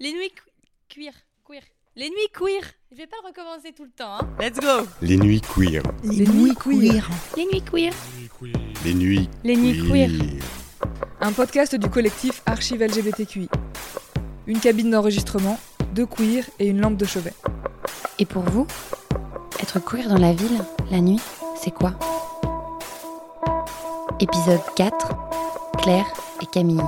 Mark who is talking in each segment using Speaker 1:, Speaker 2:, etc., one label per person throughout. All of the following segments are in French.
Speaker 1: Les nuits que- queer. Queer. Les nuits queer. Je vais pas le recommencer tout le temps. Hein.
Speaker 2: Let's go
Speaker 3: Les nuits queer.
Speaker 4: Les nuits queer.
Speaker 1: Les nuits queer.
Speaker 3: Les nuits
Speaker 1: Les nuits queer.
Speaker 4: Un podcast du collectif Archive LGBTQI. Une cabine d'enregistrement, deux queers et une lampe de chevet.
Speaker 5: Et pour vous, être queer dans la ville, la nuit, c'est quoi Épisode 4, Claire et Camille.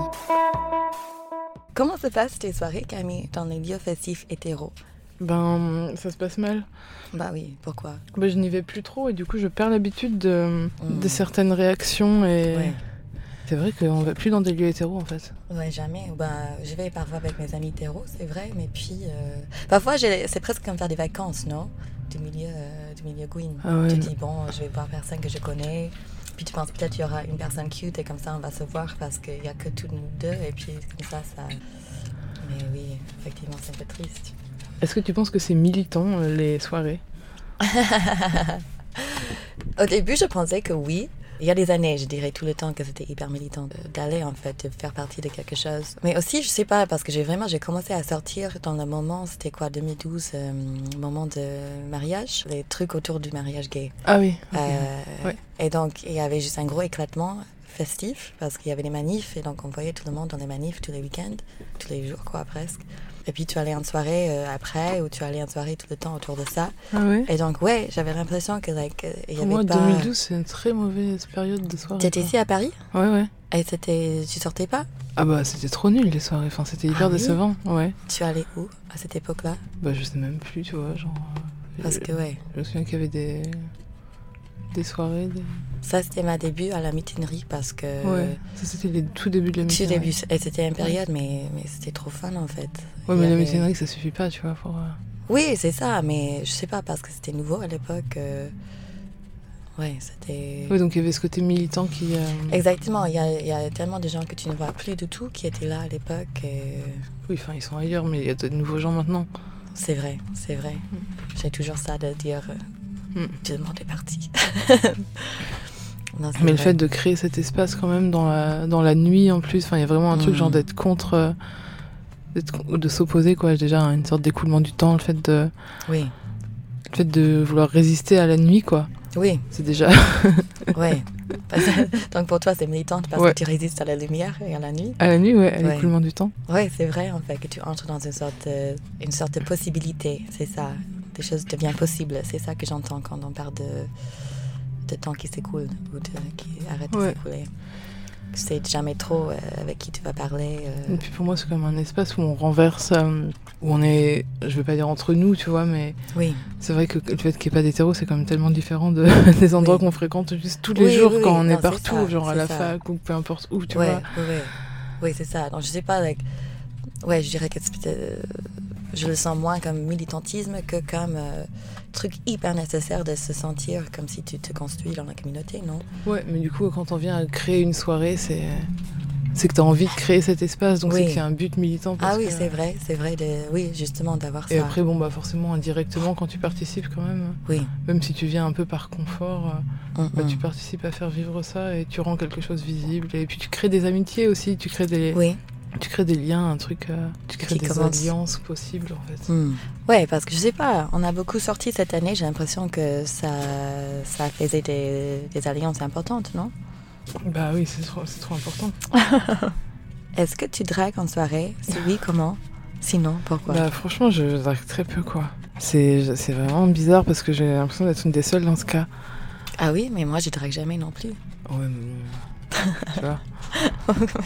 Speaker 6: Comment se passent tes soirées, Camille, dans les lieux festifs hétéros
Speaker 7: Ben, ça se passe mal.
Speaker 6: Bah oui, pourquoi
Speaker 7: Ben, je n'y vais plus trop et du coup, je perds l'habitude de,
Speaker 6: Mm.
Speaker 7: de certaines réactions. Et
Speaker 6: Ouais.
Speaker 7: c'est vrai qu'on va plus dans des lieux hétéros en fait.
Speaker 6: Ouais, jamais. Bah, je vais parfois avec mes amis hétéros, c'est vrai, mais puis. euh, Parfois, j'ai- c'est presque comme faire des vacances, non Du milieu, euh, du milieu queen.
Speaker 7: Ah ouais,
Speaker 6: Tu
Speaker 7: non.
Speaker 6: dis, bon, je vais voir personne que je connais. Puis tu penses peut-être qu'il y aura une personne cute et comme ça, on va se voir parce qu'il n'y a que tous nous deux. Et puis, comme ça, ça. Mais oui, effectivement, c'est un peu triste.
Speaker 7: Est-ce que tu penses que c'est militant euh, les soirées
Speaker 6: Au début, je pensais que oui. Il y a des années, je dirais tout le temps que c'était hyper militant de- d'aller en fait, de faire partie de quelque chose. Mais aussi, je sais pas, parce que j'ai vraiment, j'ai commencé à sortir dans le moment, c'était quoi, 2012, euh, moment de mariage, les trucs autour du mariage gay.
Speaker 7: Ah oui.
Speaker 6: Euh,
Speaker 7: Ouais.
Speaker 6: Et donc, il y avait juste un gros éclatement festif parce qu'il y avait les manifs et donc on voyait tout le monde dans les manifs tous les week-ends, tous les jours quoi presque. Et puis tu allais en soirée euh, après ou tu allais en soirée tout le temps autour de ça.
Speaker 7: Ah ouais
Speaker 6: Et donc ouais, j'avais l'impression que like, euh, il y
Speaker 7: Pour
Speaker 6: avait
Speaker 7: moi,
Speaker 6: pas.
Speaker 7: 2012, c'est une très mauvaise période de soirée.
Speaker 6: T'étais ici à Paris
Speaker 7: Ouais, ouais.
Speaker 6: et c'était, tu sortais pas
Speaker 7: Ah bah, c'était trop nul les soirées. Enfin, c'était hyper
Speaker 6: Ah oui
Speaker 7: décevant. Ouais.
Speaker 6: Tu allais où à cette époque-là
Speaker 7: Bah, je sais même plus, tu vois. Genre. euh,
Speaker 6: Parce que ouais,
Speaker 7: Je me souviens qu'il y avait des. Des soirées. Des...
Speaker 6: ça c'était ma début à la mutinerie parce que
Speaker 7: Ouais. Ça, c'était les tout débuts de la
Speaker 6: Euh, tout
Speaker 7: mutinerie.
Speaker 6: début et c'était une période mais, mais c'était trop fun en fait. Il y
Speaker 7: Ouais, mais la
Speaker 6: avait-
Speaker 7: mutinerie, ça suffit pas, tu vois, pour. euh,
Speaker 6: Oui c'est ça mais je sais pas parce que c'était nouveau à l'époque. euh, Ouais c'était.
Speaker 7: Ouais, donc il y avait ce côté militant qui. euh,
Speaker 6: Exactement il y, a, il y a tellement de gens que tu ne vois plus du tout qui étaient là à l'époque et
Speaker 7: Oui, enfin, ils sont ailleurs, mais il y a de nouveaux gens maintenant.
Speaker 6: c'est vrai c'est vrai. J'ai toujours ça de dire euh,
Speaker 7: Mm.
Speaker 6: tout le monde est parti. Non, c'est
Speaker 7: Ah, Mais le
Speaker 6: vrai.
Speaker 7: fait de créer cet espace, quand même, dans la, dans la nuit en plus, enfin, il y a vraiment un truc
Speaker 6: Mhm.
Speaker 7: genre d'être contre. euh, d'être con- de s'opposer, quoi, déjà, à une sorte d'écoulement du temps, le fait de,
Speaker 6: Oui
Speaker 7: le fait de vouloir résister à la nuit, quoi.
Speaker 6: oui.
Speaker 7: C'est déjà.
Speaker 6: Ouais. Parce que- Donc pour toi, c'est militante parce
Speaker 7: Ouais.
Speaker 6: que tu résistes à la lumière et à la nuit.
Speaker 7: à la nuit, ouais, à
Speaker 6: Ouais.
Speaker 7: l'écoulement du temps.
Speaker 6: Ouais, c'est vrai en fait que tu entres dans une sorte, de- une sorte de possibilité, c'est ça. Des choses deviennent possibles, c'est ça que j'entends quand on parle de, de temps qui s'écoule ou de, qui arrête
Speaker 7: Ouais.
Speaker 6: de s'écouler. Tu sais jamais trop euh, avec qui tu vas parler. euh.
Speaker 7: Et puis pour moi, c'est comme un espace où on renverse. euh, où on est. je veux pas dire entre nous, tu vois, mais
Speaker 6: Oui,
Speaker 7: c'est vrai que le fait qu'il n'y ait pas d'hétéro, c'est quand même tellement différent de, des endroits
Speaker 6: Oui.
Speaker 7: qu'on fréquente juste tous les
Speaker 6: Oui,
Speaker 7: jours
Speaker 6: oui,
Speaker 7: quand
Speaker 6: oui.
Speaker 7: on
Speaker 6: Non,
Speaker 7: est
Speaker 6: c'est
Speaker 7: partout,
Speaker 6: ça,
Speaker 7: genre à
Speaker 6: c'est
Speaker 7: la
Speaker 6: ça.
Speaker 7: fac ou peu importe où, tu
Speaker 6: ouais,
Speaker 7: vois.
Speaker 6: ouais, ouais. Oui, c'est ça. Donc je sais pas, like, ouais, je dirais que c'est peut-être, euh, je le sens moins comme militantisme que comme euh, truc hyper nécessaire de se sentir comme si tu te construis dans la communauté, non
Speaker 7: Ouais, mais du coup, quand on vient à créer une soirée, c'est c'est que t'as envie de créer cet espace, donc
Speaker 6: Oui.
Speaker 7: c'est qu'il y a un but militant. parce
Speaker 6: Ah oui,
Speaker 7: que-
Speaker 6: c'est vrai, c'est vrai, de, oui, justement, d'avoir ça.
Speaker 7: Et après, bon, bah forcément, indirectement, quand tu participes quand même,
Speaker 6: oui.
Speaker 7: même si tu viens un peu par confort, euh,
Speaker 6: Mm,
Speaker 7: bah,
Speaker 6: mm.
Speaker 7: tu participes à faire vivre ça et tu rends quelque chose visible. Et puis tu crées des amitiés aussi, tu crées des,
Speaker 6: Oui.
Speaker 7: tu crées des liens, un truc, euh, tu crées
Speaker 6: Qui
Speaker 7: des
Speaker 6: commence.
Speaker 7: alliances possibles en fait.
Speaker 6: Mm. Ouais, parce que je sais pas, on a beaucoup sorti cette année, j'ai l'impression que ça, ça faisait des, des alliances importantes, non
Speaker 7: Bah oui, c'est trop, c'est trop important.
Speaker 6: Est-ce que tu dragues en soirée Si oui, comment Sinon, pourquoi
Speaker 7: Bah franchement, je drague très peu quoi. C'est c'est vraiment bizarre parce que j'ai l'impression d'être une des seules dans ce cas.
Speaker 6: Ah oui, mais moi, je drague jamais non plus.
Speaker 7: Ouais, mais bon, tu vois.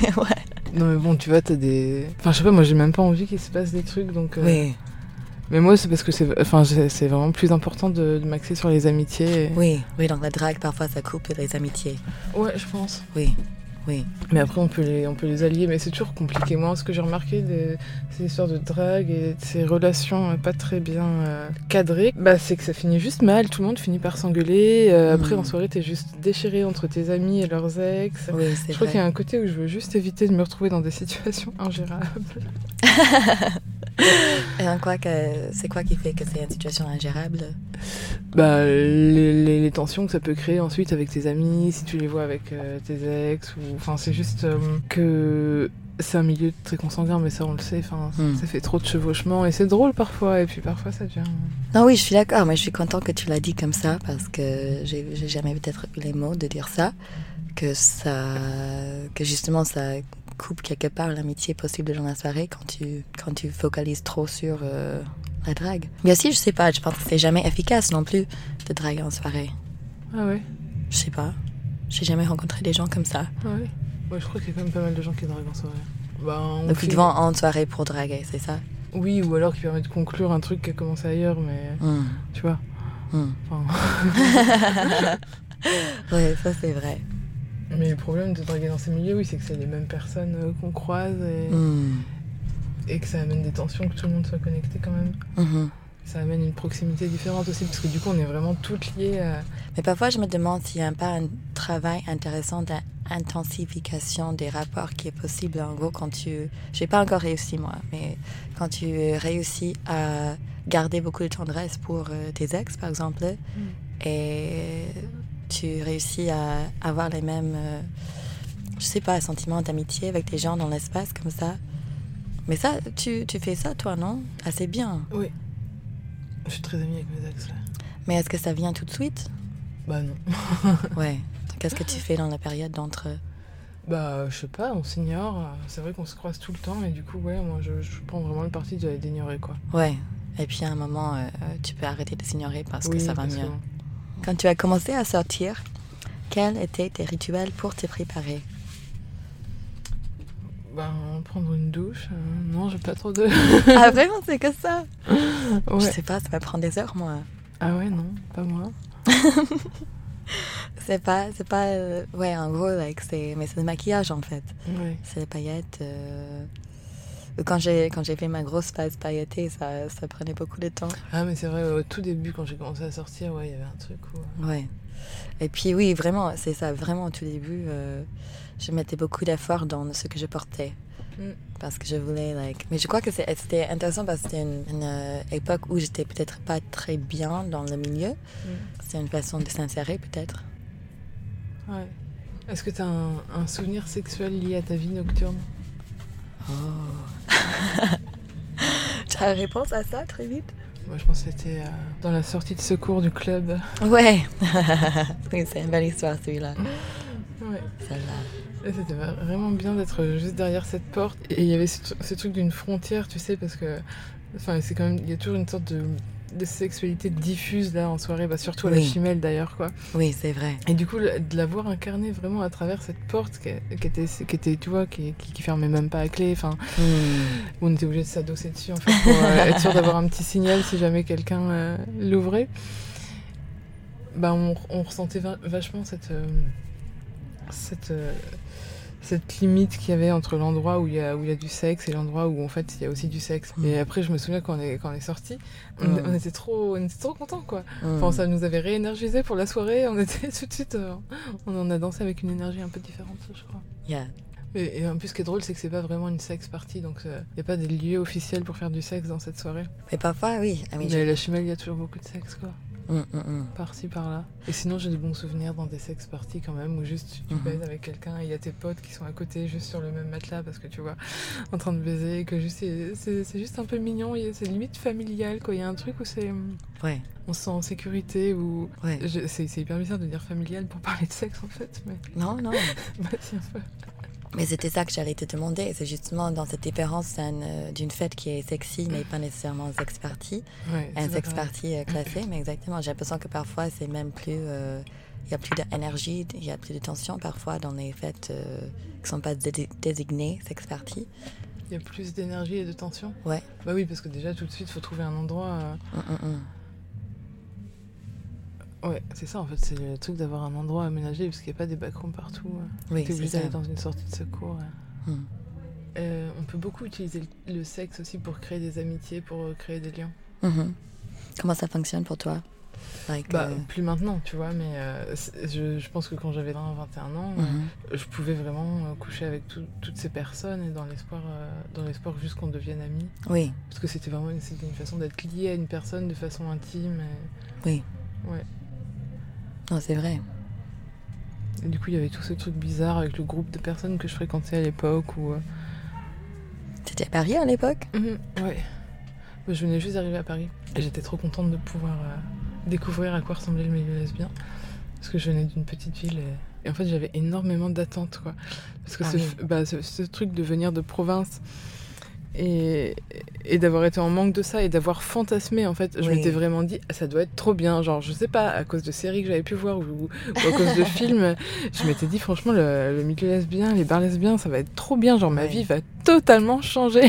Speaker 6: Mais ouais.
Speaker 7: Non mais bon, tu vois, t'as des. Enfin, je sais pas, moi j'ai même pas envie qu'il se passe des trucs, donc. euh, Mais moi, c'est parce que c'est, enfin, j'ai- c'est vraiment plus important de, de m'axer sur les amitiés. et-
Speaker 6: Oui, oui, donc la drague, parfois, ça coupe les amitiés.
Speaker 7: Ouais, je pense.
Speaker 6: Oui, oui.
Speaker 7: Mais après, on peut les, on peut les allier, mais c'est toujours compliqué. Moi, ce que j'ai remarqué, des, ces histoires de drague et de ces relations euh, pas très bien euh, cadrées, bah, c'est que ça finit juste mal. Tout le monde finit par s'engueuler. euh, Après,
Speaker 6: Mm.
Speaker 7: en soirée, t'es juste déchiré entre tes amis et leurs ex.
Speaker 6: Oui, c'est
Speaker 7: Je
Speaker 6: vrai.
Speaker 7: crois qu'il y a un côté où je veux juste éviter de me retrouver dans des situations ingérables.
Speaker 6: Et en quoi que, c'est quoi qui fait que c'est une situation ingérable
Speaker 7: bah, les, les- les tensions que ça peut créer ensuite avec tes amis, si tu les vois avec euh, tes ex, ou enfin c'est juste euh, que C'est un milieu très consanguin, mais ça on le sait, enfin,
Speaker 6: Hmm.
Speaker 7: ça fait trop de chevauchements et c'est drôle parfois, et puis parfois ça devient. euh,
Speaker 6: Non, oui, je suis d'accord, mais je suis contente que tu l'as dit comme ça parce que j'ai j'ai jamais peut-être eu les mots de dire ça, que ça, que justement ça coupe quelque part l'amitié possible dans la soirée quand tu quand tu focalises trop sur euh, la drague. Mais aussi, je sais pas, je pense que c'est jamais efficace non plus de draguer en soirée.
Speaker 7: Ah ouais,
Speaker 6: Je sais pas, j'ai jamais rencontré des gens comme ça.
Speaker 7: ah ouais. Ouais, je crois qu'il y a quand même pas mal de gens qui draguent en soirée. Bah, on
Speaker 6: Donc
Speaker 7: fait-
Speaker 6: ils te vont en soirée pour draguer, c'est ça
Speaker 7: Oui, ou alors qui permet de conclure un truc qui a commencé ailleurs, mais
Speaker 6: Hmm,
Speaker 7: tu vois.
Speaker 6: hmm.
Speaker 7: Enfin...
Speaker 6: Ouais, ça c'est vrai.
Speaker 7: Mais le problème de draguer dans ces milieux, oui, c'est que c'est les mêmes personnes euh, qu'on croise et...
Speaker 6: Hmm,
Speaker 7: et que ça amène des tensions que tout le monde soit connecté quand même.
Speaker 6: mhm.
Speaker 7: Ça amène une proximité différente aussi, parce que du coup, on est vraiment toutes liées euh. à.
Speaker 6: Mais parfois, je me demande s'il n'y a pas un travail intéressant d'intensification des rapports qui est possible. En gros, quand tu. J'ai pas encore réussi, moi, mais quand tu réussis à garder beaucoup de tendresse pour euh, tes ex, par exemple, Mm. et tu réussis à avoir les mêmes. euh, je sais pas, sentiments d'amitié avec des gens dans l'espace, comme ça. Mais ça, tu, tu fais ça, toi, non Assez bien.
Speaker 7: Je suis très amie avec mes ex là.
Speaker 6: Mais est-ce que ça vient tout de suite
Speaker 7: Bah non.
Speaker 6: Ouais. Qu'est-ce que tu fais dans la période d'entre.
Speaker 7: Bah, je sais pas, on s'ignore. euh, C'est vrai qu'on se croise tout le temps, et du coup, ouais, moi, je, je prends vraiment le parti de- d'ignorer quoi.
Speaker 6: Ouais. Et puis à un moment, euh, euh, tu peux arrêter de s'ignorer parce que
Speaker 7: Oui,
Speaker 6: ça va
Speaker 7: parce
Speaker 6: mieux. Quand tu as commencé à sortir, quels étaient tes rituels pour te préparer
Speaker 7: Bah, prendre une douche. euh, non, j'ai pas trop de.
Speaker 6: Ah vraiment, c'est que ça Je
Speaker 7: Ouais.
Speaker 6: sais pas, ça va prendre des heures, moi.
Speaker 7: Ah ouais, non, pas moi.
Speaker 6: C'est pas, c'est pas, euh, ouais, en gros, like, c'est, mais c'est le maquillage en fait.
Speaker 7: Ouais.
Speaker 6: C'est les paillettes. euh, Quand j'ai, quand j'ai fait ma grosse phase pailletée, ça, ça prenait beaucoup de temps.
Speaker 7: Ah, mais c'est vrai, au tout début, quand j'ai commencé à sortir, ouais, il y avait un truc où. euh,
Speaker 6: Ouais. Et puis oui, vraiment, c'est ça. Vraiment, au tout début, euh, je mettais beaucoup d'efforts dans ce que je portais.
Speaker 7: Mm.
Speaker 6: Parce que je voulais, like... Mais je crois que c'est- c'était intéressant parce que c'était une, une, euh, époque où j'étais peut-être pas très bien dans le milieu.
Speaker 7: Mm.
Speaker 6: C'est une façon de s'insérer, peut-être.
Speaker 7: Ouais. Est-ce que t'as un, un souvenir sexuel lié à ta vie nocturne
Speaker 6: Tu as Oh. réponse à ça très vite
Speaker 7: Moi, je pense que c'était euh, dans la sortie de secours du club.
Speaker 6: Ouais Oui, c'est une belle histoire, celui-là.
Speaker 7: Ouais.
Speaker 6: Celle-là.
Speaker 7: Et C'était vra- vraiment bien d'être juste derrière cette porte. Et il y avait ce, tru- ce truc d'une frontière, tu sais, parce que. Enfin, c'est quand même. Il y a toujours une sorte de, de sexualité diffuse là en soirée, bah, surtout à la
Speaker 6: Oui.
Speaker 7: chimelle d'ailleurs, quoi.
Speaker 6: Oui, c'est vrai.
Speaker 7: Et du coup, la- de la voir incarnée vraiment à travers cette porte qui, qui était, qui était, tu vois, qui, qui, qui fermait même pas à clé. Enfin,
Speaker 6: Hmm.
Speaker 7: on était obligé de s'adosser dessus en fait, pour euh, être sûr d'avoir un petit signal si jamais quelqu'un euh, l'ouvrait. Bah, on, on ressentait va- vachement cette, euh, cette, euh, cette limite qu'il y avait entre l'endroit où il y, a- où il y a du sexe et l'endroit où en fait il y a aussi du sexe.
Speaker 6: Mm.
Speaker 7: Et après, je me souviens quand on est, quand on est sorti, on,
Speaker 6: Mm.
Speaker 7: on était trop, on était trop contents quoi.
Speaker 6: Hmm.
Speaker 7: Enfin, ça nous avait réénergisé pour la soirée. On était tout de suite, euh, on en a dansé avec une énergie un peu différente, je crois.
Speaker 6: Yeah.
Speaker 7: Et, et en plus, ce qui est drôle, c'est que c'est pas vraiment une sex party, donc il n'y a pas des lieux officiels pour faire du sexe dans cette soirée.
Speaker 6: Mais parfois, oui. Ah, oui, je-
Speaker 7: Mais la chimelle, il y a toujours beaucoup de sexe, quoi.
Speaker 6: Hmm, hmm, hmm.
Speaker 7: Par-ci, par-là. Et sinon, j'ai des bons souvenirs dans des sex parties quand même, où juste tu, tu
Speaker 6: Mhm.
Speaker 7: baises avec quelqu'un et il y a tes potes qui sont à côté, juste sur le même matelas, parce que tu vois, en train de baiser, et que juste c'est- c'est c'est juste un peu mignon, et c'est limite familial, quoi. Il y a un truc où c'est.
Speaker 6: Ouais,
Speaker 7: On se sent en sécurité, où.
Speaker 6: ouais.
Speaker 7: je- C'est c'est hyper bizarre de dire familial pour parler de sexe, en fait, mais.
Speaker 6: Non, non.
Speaker 7: bah, c'est un peu.
Speaker 6: Mais c'était ça que j'allais te demander. C'est justement dans cette différence d'un, euh, d'une fête qui est sexy, mais pas nécessairement sex party.
Speaker 7: Ouais,
Speaker 6: Un
Speaker 7: c'est pas
Speaker 6: Eh, sex
Speaker 7: pareil.
Speaker 6: party euh, classé, mais exactement. J'ai l'impression que parfois, c'est même plus. euh, Il y a plus d'énergie, il y a plus de tension parfois dans les fêtes euh, qui sont pas dé- désignées sex party.
Speaker 7: Il y a plus d'énergie et de tension
Speaker 6: Ouais.
Speaker 7: Bah oui, parce que déjà tout de suite, faut trouver un endroit.
Speaker 6: Hum, hum, hum.
Speaker 7: euh, Ouais, c'est ça en fait, c'est le truc d'avoir un endroit aménagé parce qu'il n'y a pas des backrooms partout. euh.
Speaker 6: Oui,
Speaker 7: T'es
Speaker 6: c'est
Speaker 7: obligé
Speaker 6: ça.
Speaker 7: d'aller dans une sortie de secours. euh.
Speaker 6: Hmm.
Speaker 7: Euh, on peut beaucoup utiliser le- le sexe aussi pour créer des amitiés, pour euh, créer des liens.
Speaker 6: Mhm. Comment ça fonctionne pour toi Like,
Speaker 7: Bah,
Speaker 6: euh,
Speaker 7: plus maintenant, tu vois, mais euh, c'est- je, je pense que quand j'avais 20, 21 ans,
Speaker 6: mhm.
Speaker 7: euh, je pouvais vraiment euh, coucher avec tout- toutes ces personnes et dans l'espoir euh, dans l'espoir juste qu'on devienne amis.
Speaker 6: Oui,
Speaker 7: Parce que c'était vraiment une, c'était une façon d'être lié à une personne de façon intime. et-
Speaker 6: Oui.
Speaker 7: Ouais.
Speaker 6: non, c'est vrai.
Speaker 7: Et du coup, il y avait tout ce truc bizarre avec le groupe de personnes que je fréquentais à l'époque où euh,
Speaker 6: C'était à Paris à l'époque
Speaker 7: Mhm, ouais. Mais Je venais juste d'arriver à Paris et j'étais trop contente de pouvoir euh, découvrir à quoi ressemblait le milieu lesbien. Parce que je venais d'une petite ville et, et en fait j'avais énormément d'attentes quoi. Parce que
Speaker 6: Ah
Speaker 7: ce,
Speaker 6: oui.
Speaker 7: bah, ce- ce truc de venir de province et, et d'avoir été en manque de ça et d'avoir fantasmé en fait, je
Speaker 6: Oui.
Speaker 7: m'étais vraiment dit Ah, ça doit être trop bien. Genre je sais pas, à cause de séries que j'avais pu voir ou, ou à cause de films, je m'étais dit franchement le, le milieu lesbien, les bars lesbiens ça va être trop bien. Genre ma
Speaker 6: Ouais.
Speaker 7: vie va totalement changer.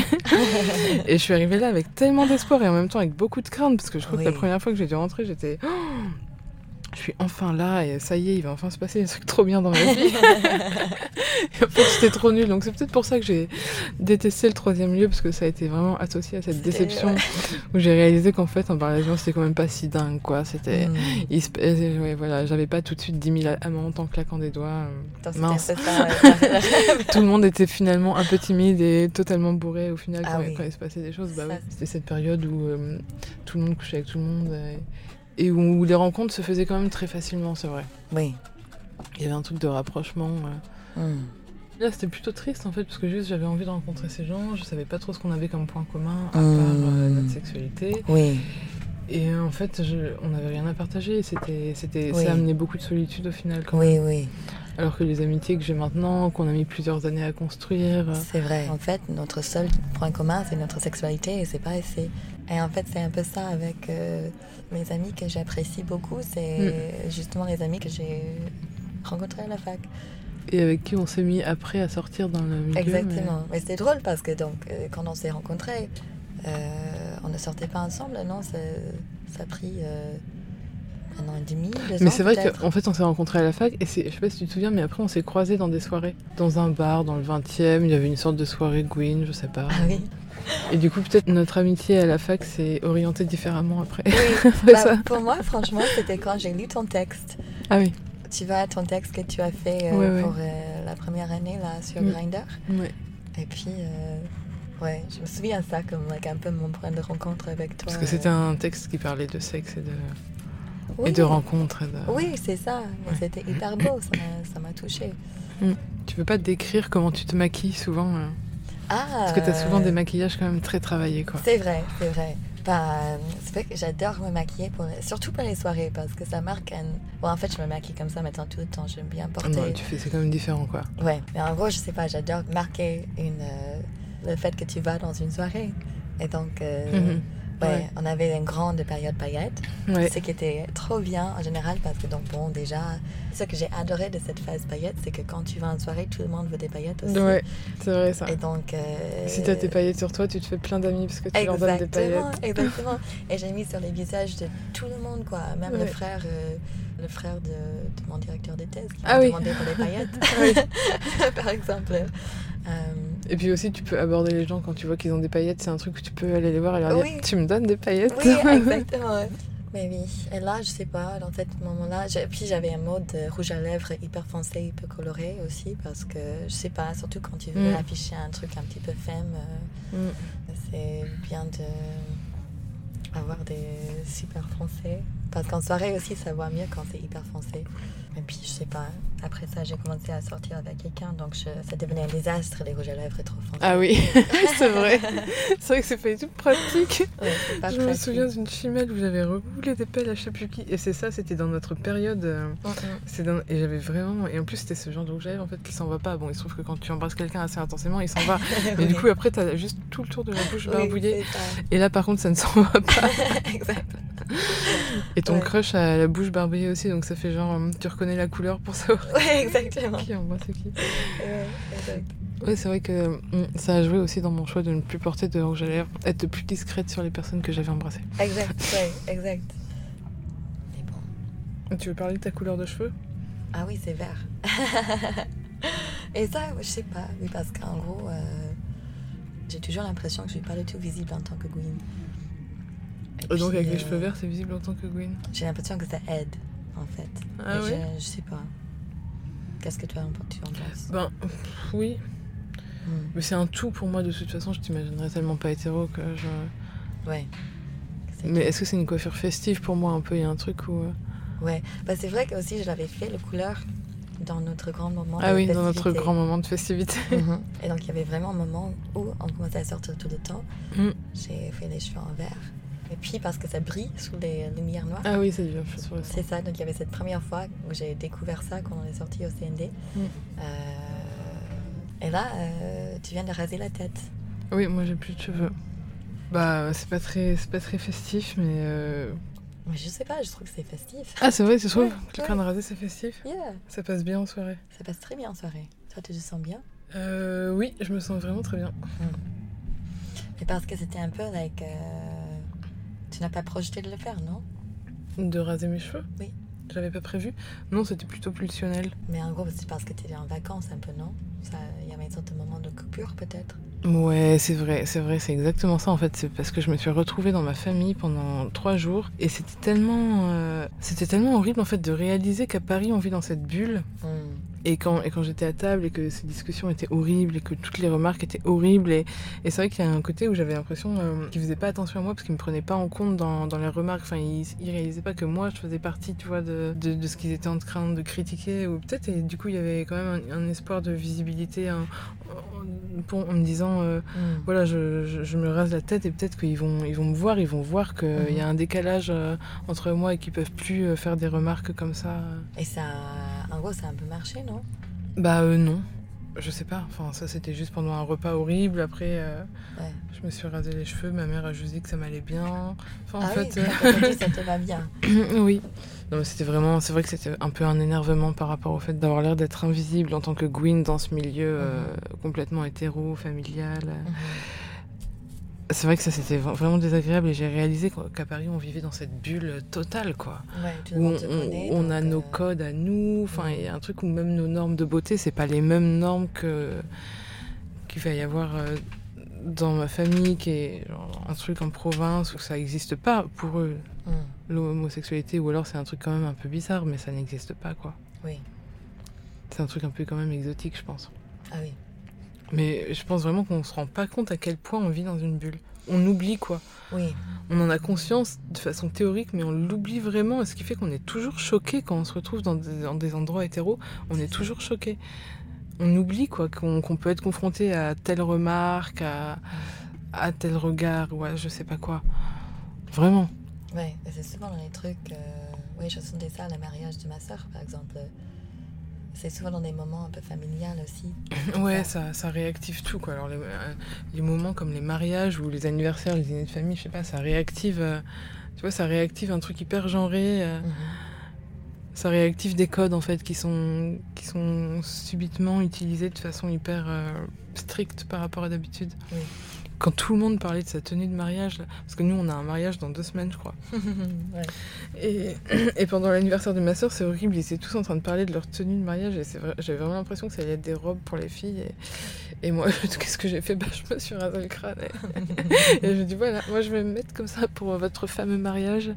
Speaker 7: Et je suis arrivée là avec tellement d'espoir et en même temps avec beaucoup de crainte parce que je crois que la
Speaker 6: Oui.
Speaker 7: première fois que j'ai dû rentrer, j'étais. Oh je suis enfin là et ça y est, il va enfin se passer des trucs trop bien dans ma vie. et en fait, c'était trop nul. Donc c'est peut-être pour ça que j'ai détesté le troisième lieu parce que ça a été vraiment associé à cette
Speaker 6: C'était-
Speaker 7: déception où j'ai réalisé qu'en fait, en parallèlement, c'était quand même pas si dingue quoi. C'était.
Speaker 6: Hmm.
Speaker 7: il se- euh, ouais, voilà, j'avais pas tout de suite 10 000 amantes en claquant des doigts. euh.
Speaker 6: Attends, c'était
Speaker 7: Mince.
Speaker 6: un peu ça, ouais.
Speaker 7: Tout le monde était finalement un peu timide et totalement bourré au final
Speaker 6: Ah
Speaker 7: quand,
Speaker 6: oui.
Speaker 7: quand il se passait des choses. Bah
Speaker 6: Ça,
Speaker 7: oui.
Speaker 6: c'est-
Speaker 7: C'était cette période où euh, tout le monde couchait avec tout le monde euh, et où les rencontres se faisaient quand même très facilement, c'est vrai.
Speaker 6: oui.
Speaker 7: Il y avait un truc de rapprochement. euh.
Speaker 6: Hmm.
Speaker 7: Là, c'était plutôt triste en fait, parce que juste j'avais envie de rencontrer ces gens, je savais pas trop ce qu'on avait comme point commun à
Speaker 6: Hmm.
Speaker 7: part euh, notre sexualité.
Speaker 6: Oui.
Speaker 7: Et euh, en fait, je- on n'avait rien à partager. C'était, c'était,
Speaker 6: Oui.
Speaker 7: ça amenait beaucoup de solitude au final. quand
Speaker 6: Oui,
Speaker 7: même.
Speaker 6: oui,
Speaker 7: Alors que les amitiés que j'ai maintenant, qu'on a mis plusieurs années à construire. euh,
Speaker 6: c'est vrai. En fait, notre seul point commun, c'est notre sexualité et c'est pas assez. Et en fait, c'est un peu ça avec euh, mes amis que j'apprécie beaucoup. C'est
Speaker 7: Hmm.
Speaker 6: justement les amis que j'ai rencontrés à la fac.
Speaker 7: et avec qui on s'est mis après à sortir dans le milieu. mais-
Speaker 6: Exactement. Mais c'était drôle parce que donc euh, quand on s'est rencontrés, euh, on ne sortait pas ensemble, non Ça, ça a pris euh, un an et demi, deux
Speaker 7: Mais
Speaker 6: ans,
Speaker 7: c'est vrai
Speaker 6: peut-être.
Speaker 7: qu'en fait, on s'est rencontrés à la fac, et c'est- je sais pas si tu te souviens, mais après, on s'est croisés dans des soirées. Dans un bar, dans le 20 e il y avait une sorte de soirée Gwyn, je sais pas.
Speaker 6: Ah oui.
Speaker 7: Et du coup, peut-être notre amitié à la fac s'est orientée différemment après.
Speaker 6: Oui.
Speaker 7: C'est
Speaker 6: Bah,
Speaker 7: ça.
Speaker 6: pour moi, franchement, c'était quand j'ai lu ton texte.
Speaker 7: Ah oui.
Speaker 6: Tu vois, ton texte que tu as fait euh,
Speaker 7: Ouais, ouais.
Speaker 6: pour euh, la première année là sur
Speaker 7: Mm.
Speaker 6: Grindr.
Speaker 7: Ouais.
Speaker 6: Et puis, euh, ouais, je me souviens ça comme like, un peu mon point de rencontre avec toi. euh.
Speaker 7: Parce que c'était un texte qui parlait de sexe et de,
Speaker 6: Oui.
Speaker 7: et de rencontres. et de-
Speaker 6: Oui, c'est ça. Mais
Speaker 7: Ouais.
Speaker 6: C'était hyper beau, ça m'a- ça m'a touchée.
Speaker 7: Tu peux pas décrire comment tu te maquilles souvent hein.
Speaker 6: Ah,
Speaker 7: Parce que t'as souvent des
Speaker 6: euh,
Speaker 7: maquillages quand même très travaillés, quoi.
Speaker 6: C'est vrai, c'est vrai. Bah, euh, c'est vrai que j'adore me maquiller, pour les- surtout pour les soirées, parce que ça marque un... Bon, en fait, je me maquille comme ça maintenant tout le temps, j'aime bien porter...
Speaker 7: Non, tu fais, c'est quand même différent, quoi.
Speaker 6: Ouais, mais en gros, je sais pas, j'adore marquer une, euh, le fait que tu vas dans une soirée. Et donc, euh,
Speaker 7: Mhm.
Speaker 6: ouais,
Speaker 7: ouais.
Speaker 6: on avait une grande période paillette,
Speaker 7: Ouais.
Speaker 6: ce qui était trop bien en général, parce que donc, bon, déjà, ce que j'ai adoré de cette phase paillette, c'est que quand tu vas en soirée, tout le monde veut des paillettes aussi.
Speaker 7: Ouais, c'est vrai ça.
Speaker 6: Et donc... euh,
Speaker 7: Si t'as tes paillettes sur toi, tu te fais plein d'amis parce que tu leur donnes des
Speaker 6: Exactement,
Speaker 7: paillettes.
Speaker 6: exactement. Et j'ai mis sur les visages de tout le monde, quoi. Même
Speaker 7: Ouais.
Speaker 6: le frère, euh, le frère de, de mon directeur de thèse qui
Speaker 7: Ah
Speaker 6: m'a
Speaker 7: oui.
Speaker 6: demandé pour les paillettes, par exemple. Euh,
Speaker 7: Et puis aussi, tu peux aborder les gens quand tu vois qu'ils ont des paillettes. C'est un truc où tu peux aller les voir et leur dire
Speaker 6: Oui.
Speaker 7: Tu me donnes des paillettes
Speaker 6: oui, exactement. Mais oui. Et là, je sais pas, dans ce moment-là, j'ai- puis j'avais un mode de rouge à lèvres hyper foncé, hyper coloré aussi, parce que je sais pas, surtout quand tu veux
Speaker 7: Mm.
Speaker 6: afficher un truc un petit peu femme, euh,
Speaker 7: Mm.
Speaker 6: c'est bien de avoir des super foncés. Parce qu'en soirée aussi, ça voit mieux quand c'est hyper foncé. Et puis, je sais pas, après ça, j'ai commencé à sortir avec quelqu'un, donc je- ça devenait un désastre, les rouges à lèvres trop foncés.
Speaker 7: Ah oui, c'est vrai. c'est vrai que c'est pas du tout pratique.
Speaker 6: Ouais, c'est pas
Speaker 7: je me
Speaker 6: pratique.
Speaker 7: souviens d'une chimelle où j'avais roulé des pelles à je sais plus qui. Et c'est ça, c'était dans notre période. euh,
Speaker 6: Mm, mm.
Speaker 7: c'est dans- Et j'avais vraiment. Et en plus, c'était ce genre de rouge à lèvres en fait qui s'en va pas. Bon, il se trouve que quand tu embrasses quelqu'un assez intensément, il s'en va. Mais du coup, après, t'as juste tout le tour de la bouche
Speaker 6: Oui,
Speaker 7: barbouillée.
Speaker 6: c'est ça.
Speaker 7: Et là, par contre, ça ne s'en va pas.
Speaker 6: Exact.
Speaker 7: Et ton
Speaker 6: Ouais.
Speaker 7: crush a la bouche barbouillée aussi. Donc ça fait genre. euh, Tu reconnais la couleur pour savoir
Speaker 6: Ouais, exactement.
Speaker 7: qui embrasse qui.
Speaker 6: Ouais, exact.
Speaker 7: Oui, c'est vrai que mm, ça a joué aussi dans mon choix de ne plus porter de rouge à lèvres, être plus discrète sur les personnes que j'avais embrassées.
Speaker 6: Exact, ouais, exact. Mais bon.
Speaker 7: Tu veux parler de ta couleur de cheveux
Speaker 6: Ah oui, c'est vert. Et ça, je sais pas, oui, parce qu'en gros, euh, j'ai toujours l'impression que je suis pas du tout visible en tant que Gwyn. Et
Speaker 7: Oh, Donc
Speaker 6: puis,
Speaker 7: avec les
Speaker 6: euh,
Speaker 7: cheveux verts, c'est visible en tant que Gwyn.
Speaker 6: J'ai l'impression que ça aide, en fait.
Speaker 7: Ah
Speaker 6: Et
Speaker 7: ouais
Speaker 6: je, je sais pas. Qu'est-ce que toi, en- tu en penses
Speaker 7: Ben pff, oui,
Speaker 6: Hmm,
Speaker 7: mais c'est un tout pour moi de toute façon, je t'imaginerais tellement pas hétéro que je...
Speaker 6: Ouais. C'est-
Speaker 7: Mais est-ce que c'est une coiffure festive pour moi un peu Il y a un truc où... euh,
Speaker 6: Ouais, bah, c'est vrai que aussi je l'avais fait, le couleur. dans notre grand moment.
Speaker 7: Ah
Speaker 6: de
Speaker 7: oui, dans notre
Speaker 6: festivité.
Speaker 7: grand moment de festivité.
Speaker 6: Mhm. Et donc il y avait vraiment un moment où on commençait à sortir tout le temps.
Speaker 7: Mm.
Speaker 6: J'ai fait les cheveux en vert. Et puis parce que ça brille sous les lumières noires.
Speaker 7: Ah oui, ça devient chaud sur le sang.
Speaker 6: C'est ça, donc il y avait cette première fois où j'ai découvert ça quand on est sorti au CND.
Speaker 7: Mm.
Speaker 6: Euh, et là, euh, tu viens de raser la tête.
Speaker 7: Oui, moi j'ai plus de cheveux. Bah, c'est pas très, c'est pas très festif, mais euh,
Speaker 6: Mais je sais pas, je trouve que c'est festif.
Speaker 7: ah c'est vrai, c'est trouve
Speaker 6: Ouais,
Speaker 7: que le
Speaker 6: ouais.
Speaker 7: crâne rasé c'est festif.
Speaker 6: Yeah,
Speaker 7: Ça passe bien en soirée.
Speaker 6: ça passe très bien en soirée. Toi, tu te sens bien
Speaker 7: Euh, oui, je me sens vraiment très bien.
Speaker 6: Et parce que c'était un peu like. euh, tu n'as pas projeté de le faire, non
Speaker 7: De raser mes cheveux
Speaker 6: Oui.
Speaker 7: J'avais pas prévu. Non, c'était plutôt pulsionnel.
Speaker 6: Mais en gros, c'est parce que tu étais en vacances un peu, non Ça- Il y avait une sorte de moment de coupure peut-être
Speaker 7: Ouais, c'est vrai, c'est vrai, c'est exactement ça en fait. C'est parce que je me suis retrouvée dans ma famille pendant trois jours et c'était tellement, euh, c'était tellement horrible en fait de réaliser qu'à Paris on vit dans cette bulle
Speaker 6: Hmm.
Speaker 7: Et quand, et quand j'étais à table et que ces discussions étaient horribles et que toutes les remarques étaient horribles, et, et c'est vrai qu'il y a un côté où j'avais l'impression euh, qu'ils faisaient pas attention à moi parce qu'ils me prenaient pas en compte dans, dans les remarques. Enfin, ils, ils réalisaient pas que moi je faisais partie, tu vois, de, de, de ce qu'ils étaient en train de critiquer ou peut-être. Et du coup, il y avait quand même un, un espoir de visibilité un- un- pour- en me disant. euh,
Speaker 6: Hmm.
Speaker 7: voilà, je, je- je me rase la tête et peut-être qu'ils vont, ils vont me voir, ils vont voir qu'il y a un décalage euh, entre moi et qu'ils peuvent plus euh, faire des remarques comme ça. euh.
Speaker 6: Et ça, en gros, ça a un peu marché, non
Speaker 7: Bah euh, non, je sais pas. Enfin ça c'était juste pendant un repas horrible. Après euh,
Speaker 6: Ouais.
Speaker 7: je me suis rasé les cheveux, ma mère a juste dit que ça m'allait bien. Enfin en
Speaker 6: ah
Speaker 7: fait
Speaker 6: oui,
Speaker 7: euh,
Speaker 6: t'as pas dit, ça te va bien.
Speaker 7: oui. Non mais c'était vraiment, c'est vrai que c'était un peu un énervement par rapport au fait d'avoir l'air d'être invisible en tant que Gwyn dans ce milieu euh, complètement hétéro, familial.
Speaker 6: Mhm.
Speaker 7: C'est vrai que ça c'était vra- vraiment désagréable et j'ai réalisé qu'en- qu'à Paris on vivait dans cette bulle totale quoi.
Speaker 6: Ouais, tout le
Speaker 7: Où on,
Speaker 6: monde te connaît,
Speaker 7: on- on
Speaker 6: donc,
Speaker 7: a
Speaker 6: euh,
Speaker 7: nos codes à nous. Enfin,
Speaker 6: Mm.
Speaker 7: il y a un truc où même nos normes de beauté, c'est pas les mêmes normes que qu'il va y avoir euh, dans ma famille, qui est genre un truc en province où ça n'existe pas pour eux
Speaker 6: hmm.
Speaker 7: l'homosexualité, ou alors c'est un truc quand même un peu bizarre, mais ça n'existe pas quoi.
Speaker 6: Oui.
Speaker 7: C'est un truc un peu quand même exotique, je pense.
Speaker 6: Ah oui.
Speaker 7: Mais je pense vraiment qu'on se rend pas compte à quel point on vit dans une bulle. On oublie quoi.
Speaker 6: Oui.
Speaker 7: On en a conscience de façon théorique, mais on l'oublie vraiment, et ce qui fait qu'on est toujours choqué quand on se retrouve dans des, dans des endroits hétéros. On est,
Speaker 6: C'est ça.
Speaker 7: toujours choqué. On oublie quoi qu'on qu'on peut être confronté à telle remarque, à, à tel regard, ou à je sais pas quoi. Vraiment.
Speaker 6: Ouais, et c'est souvent dans les trucs. euh, Oui, je sentais ça à la mariage de ma sœur, par exemple. C'est souvent dans des moments un peu familiales aussi.
Speaker 7: Ouais, ça, ça réactive tout quoi. Alors les, euh, les moments comme les mariages ou les anniversaires, les dîners de famille, je sais pas, ça réactive. euh, tu vois, ça réactive un truc hyper genré. euh,
Speaker 6: Mhm.
Speaker 7: ça réactive des codes en fait qui sont qui sont subitement utilisés de façon hyper euh, stricte par rapport à d'habitude.
Speaker 6: Oui.
Speaker 7: Quand tout le monde parlait de sa tenue de mariage, là, parce que nous on a un mariage dans deux semaines je crois.
Speaker 6: ouais.
Speaker 7: Et, et pendant l'anniversaire de ma sœur, c'est horrible, ils étaient tous en train de parler de leur tenue de mariage et c'est vrai- j'avais vraiment l'impression que ça allait être des robes pour les filles. Et, et moi, qu'est-ce que j'ai fait bah, Je me suis rasé le crâne et, et je me dis voilà, moi je vais me mettre comme ça pour votre fameux mariage.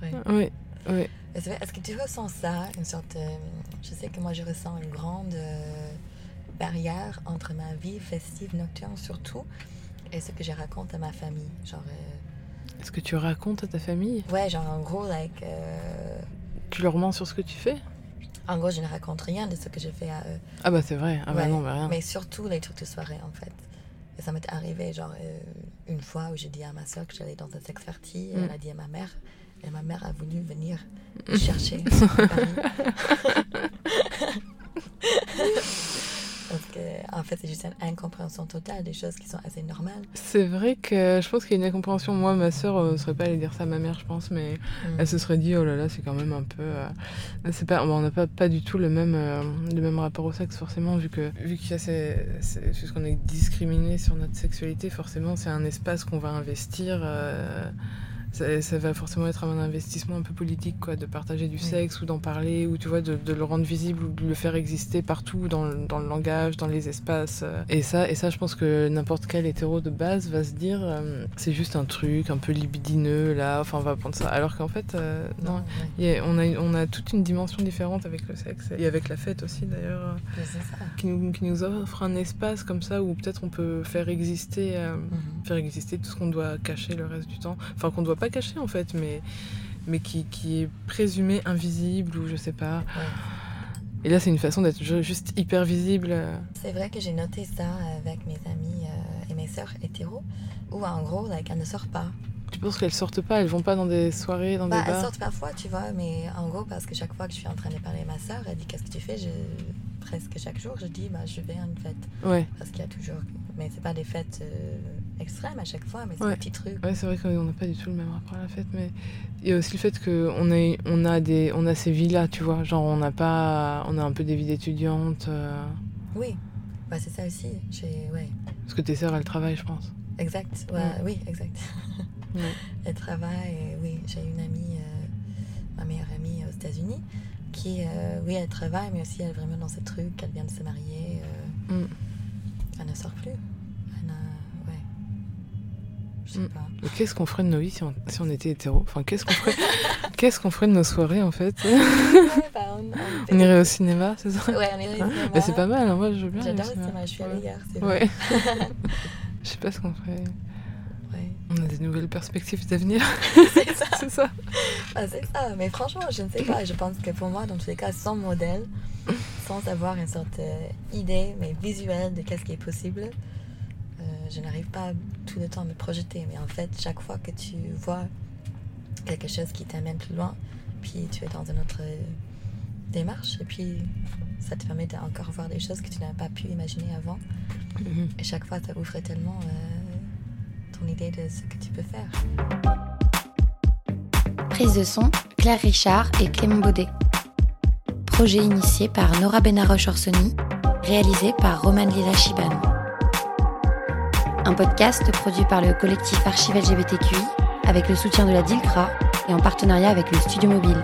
Speaker 6: Parfait.
Speaker 7: Oui.
Speaker 6: Et c'est vrai, Est-ce que tu ressens ça Une sorte. euh, Je sais que moi, je ressens une grande euh, barrière entre ma vie festive nocturne, surtout, et ce que je raconte à ma famille. Genre. euh,
Speaker 7: Est-ce que tu racontes à ta famille
Speaker 6: Ouais, genre en gros, like. euh,
Speaker 7: Tu leur mens sur ce que tu fais
Speaker 6: En gros, je ne raconte rien de ce que je fais à eux.
Speaker 7: Ah bah c'est vrai, ah bah
Speaker 6: Ouais,
Speaker 7: non, bah rien.
Speaker 6: Mais surtout les trucs de soirée, en fait. Et ça m'est arrivé, genre, euh, une fois où j'ai dit à ma soeur que j'allais dans un sex party, et
Speaker 7: Mm.
Speaker 6: elle a dit à ma mère, et ma mère a voulu venir me chercher. à Paris. Parce que, en fait, c'est juste une incompréhension totale des choses qui sont assez normales.
Speaker 7: C'est vrai que je pense qu'il y a une incompréhension. Moi, ma sœur euh, ne serait pas allée dire ça à ma mère, je pense, mais
Speaker 6: Mm.
Speaker 7: elle se serait dit oh là là, c'est quand même un peu. euh, c'est pas, bon, on n'a pas, pas du tout le même, euh, le même rapport au sexe, forcément, vu que vu qu'il y a ces, ces- puisqu'on est discriminé sur notre sexualité, forcément, c'est un espace qu'on va investir. euh, ça, ça va forcément être un investissement un peu politique, quoi, de partager du
Speaker 6: Oui.
Speaker 7: sexe ou d'en parler, ou tu vois, de, de le rendre visible ou de le faire exister partout dans, le- dans le langage, dans les espaces. euh. Et ça, et ça, je pense que n'importe quel hétéro de base va se dire, euh, c'est juste un truc un peu libidineux là, enfin, on va prendre ça. Alors qu'en fait, euh, non.
Speaker 6: Non, ouais,
Speaker 7: Il y a- on, a, on a toute une dimension différente avec le sexe et avec la fête aussi d'ailleurs, euh,
Speaker 6: mais c'est ça.
Speaker 7: qui nous, qui nous offre un espace comme ça où peut-être on peut faire exister euh,
Speaker 6: Mhm.
Speaker 7: faire exister tout ce qu'on doit cacher le reste du temps. Enfin, qu'on ne doit pas cacher en fait, mais mais qui, qui est présumé invisible ou je sais pas. Et là, c'est une façon d'être ju- juste hyper visible. euh.
Speaker 6: C'est vrai que j'ai noté ça avec mes amis euh, et mes sœurs hétéros, où en gros, like, elles ne sortent pas.
Speaker 7: Tu penses qu'elles sortent pas, elles vont pas dans des soirées, dans
Speaker 6: Bah,
Speaker 7: des
Speaker 6: elles
Speaker 7: bars
Speaker 6: sortent parfois, tu vois, mais en gros, parce que chaque fois que je suis en train de parler à ma sœur, elle dit Qu'est-ce que tu fais je... Presque chaque jour, je dis bah, Je vais à une fête.
Speaker 7: Ouais,
Speaker 6: Parce qu'il y a toujours. Mais c'est pas des fêtes euh, extrêmes à chaque fois, mais c'est
Speaker 7: Ouais.
Speaker 6: des petits trucs.
Speaker 7: ouais c'est vrai qu'on n'a pas du tout le même rapport à la fête, mais il y a aussi le fait qu'on a, on a, des, on a ces vies-là, tu vois. Genre, on n'a pas. On a un peu des vies d'étudiantes. euh,
Speaker 6: Oui, bah, c'est ça aussi. J'ai... Ouais.
Speaker 7: Parce que tes sœurs, elles travaillent, je pense.
Speaker 6: Exact, ouais,
Speaker 7: Mm.
Speaker 6: oui, exact.
Speaker 7: Ouais.
Speaker 6: Elle travaille, euh, oui, j'ai une amie, euh, ma meilleure amie aux États-Unis, qui, euh, oui, elle travaille, mais aussi elle est vraiment dans ce truc, elle vient de se marier, euh,
Speaker 7: Mm.
Speaker 6: elle ne sort plus. Elle ne- ouais. Je sais
Speaker 7: Mm.
Speaker 6: pas.
Speaker 7: Mais Qu'est-ce qu'on ferait de nos vies si on, si on était hétéro Enfin, qu'est-ce qu'on ferait, qu'est-ce qu'on ferait de nos soirées, en fait
Speaker 6: Ouais, bah, on, on-
Speaker 7: On irait au cinéma, c'est ça
Speaker 6: Ouais, on irait au cinéma.
Speaker 7: Bah, c'est pas mal, hein, moi, je veux bien. aller au
Speaker 6: J'adore le cinéma, je suis allée hier, c'est vrai.
Speaker 7: Ouais. Je sais pas ce qu'on ferait.
Speaker 6: Ouais.
Speaker 7: On a des nouvelles perspectives d'avenir,
Speaker 6: C'est ça.
Speaker 7: c'est ça
Speaker 6: Ah, c'est ça, mais franchement, je ne sais pas. Je pense que pour moi, dans tous les cas, sans modèle, sans avoir une sorte d'idée, mais visuelle de qu'est-ce qui est possible, euh, je n'arrive pas tout le temps à me projeter. Mais en fait, chaque fois que tu vois quelque chose qui t'amène plus loin, puis tu es dans une autre euh, démarche, et puis ça te permet d'encore voir des choses que tu n'avais pas pu imaginer avant. Et chaque fois, ça ouvre tellement euh, ton idée de ce que tu peux faire.
Speaker 5: Prise de son, Claire Richard et Clément Baudet. Projet initié par Nora Benaroche-Orsoni, réalisé par Roman Lila Chiban. Un podcast produit par le collectif Archive LGBTQI avec le soutien de la DILCRA et en partenariat avec le Studio Mobile.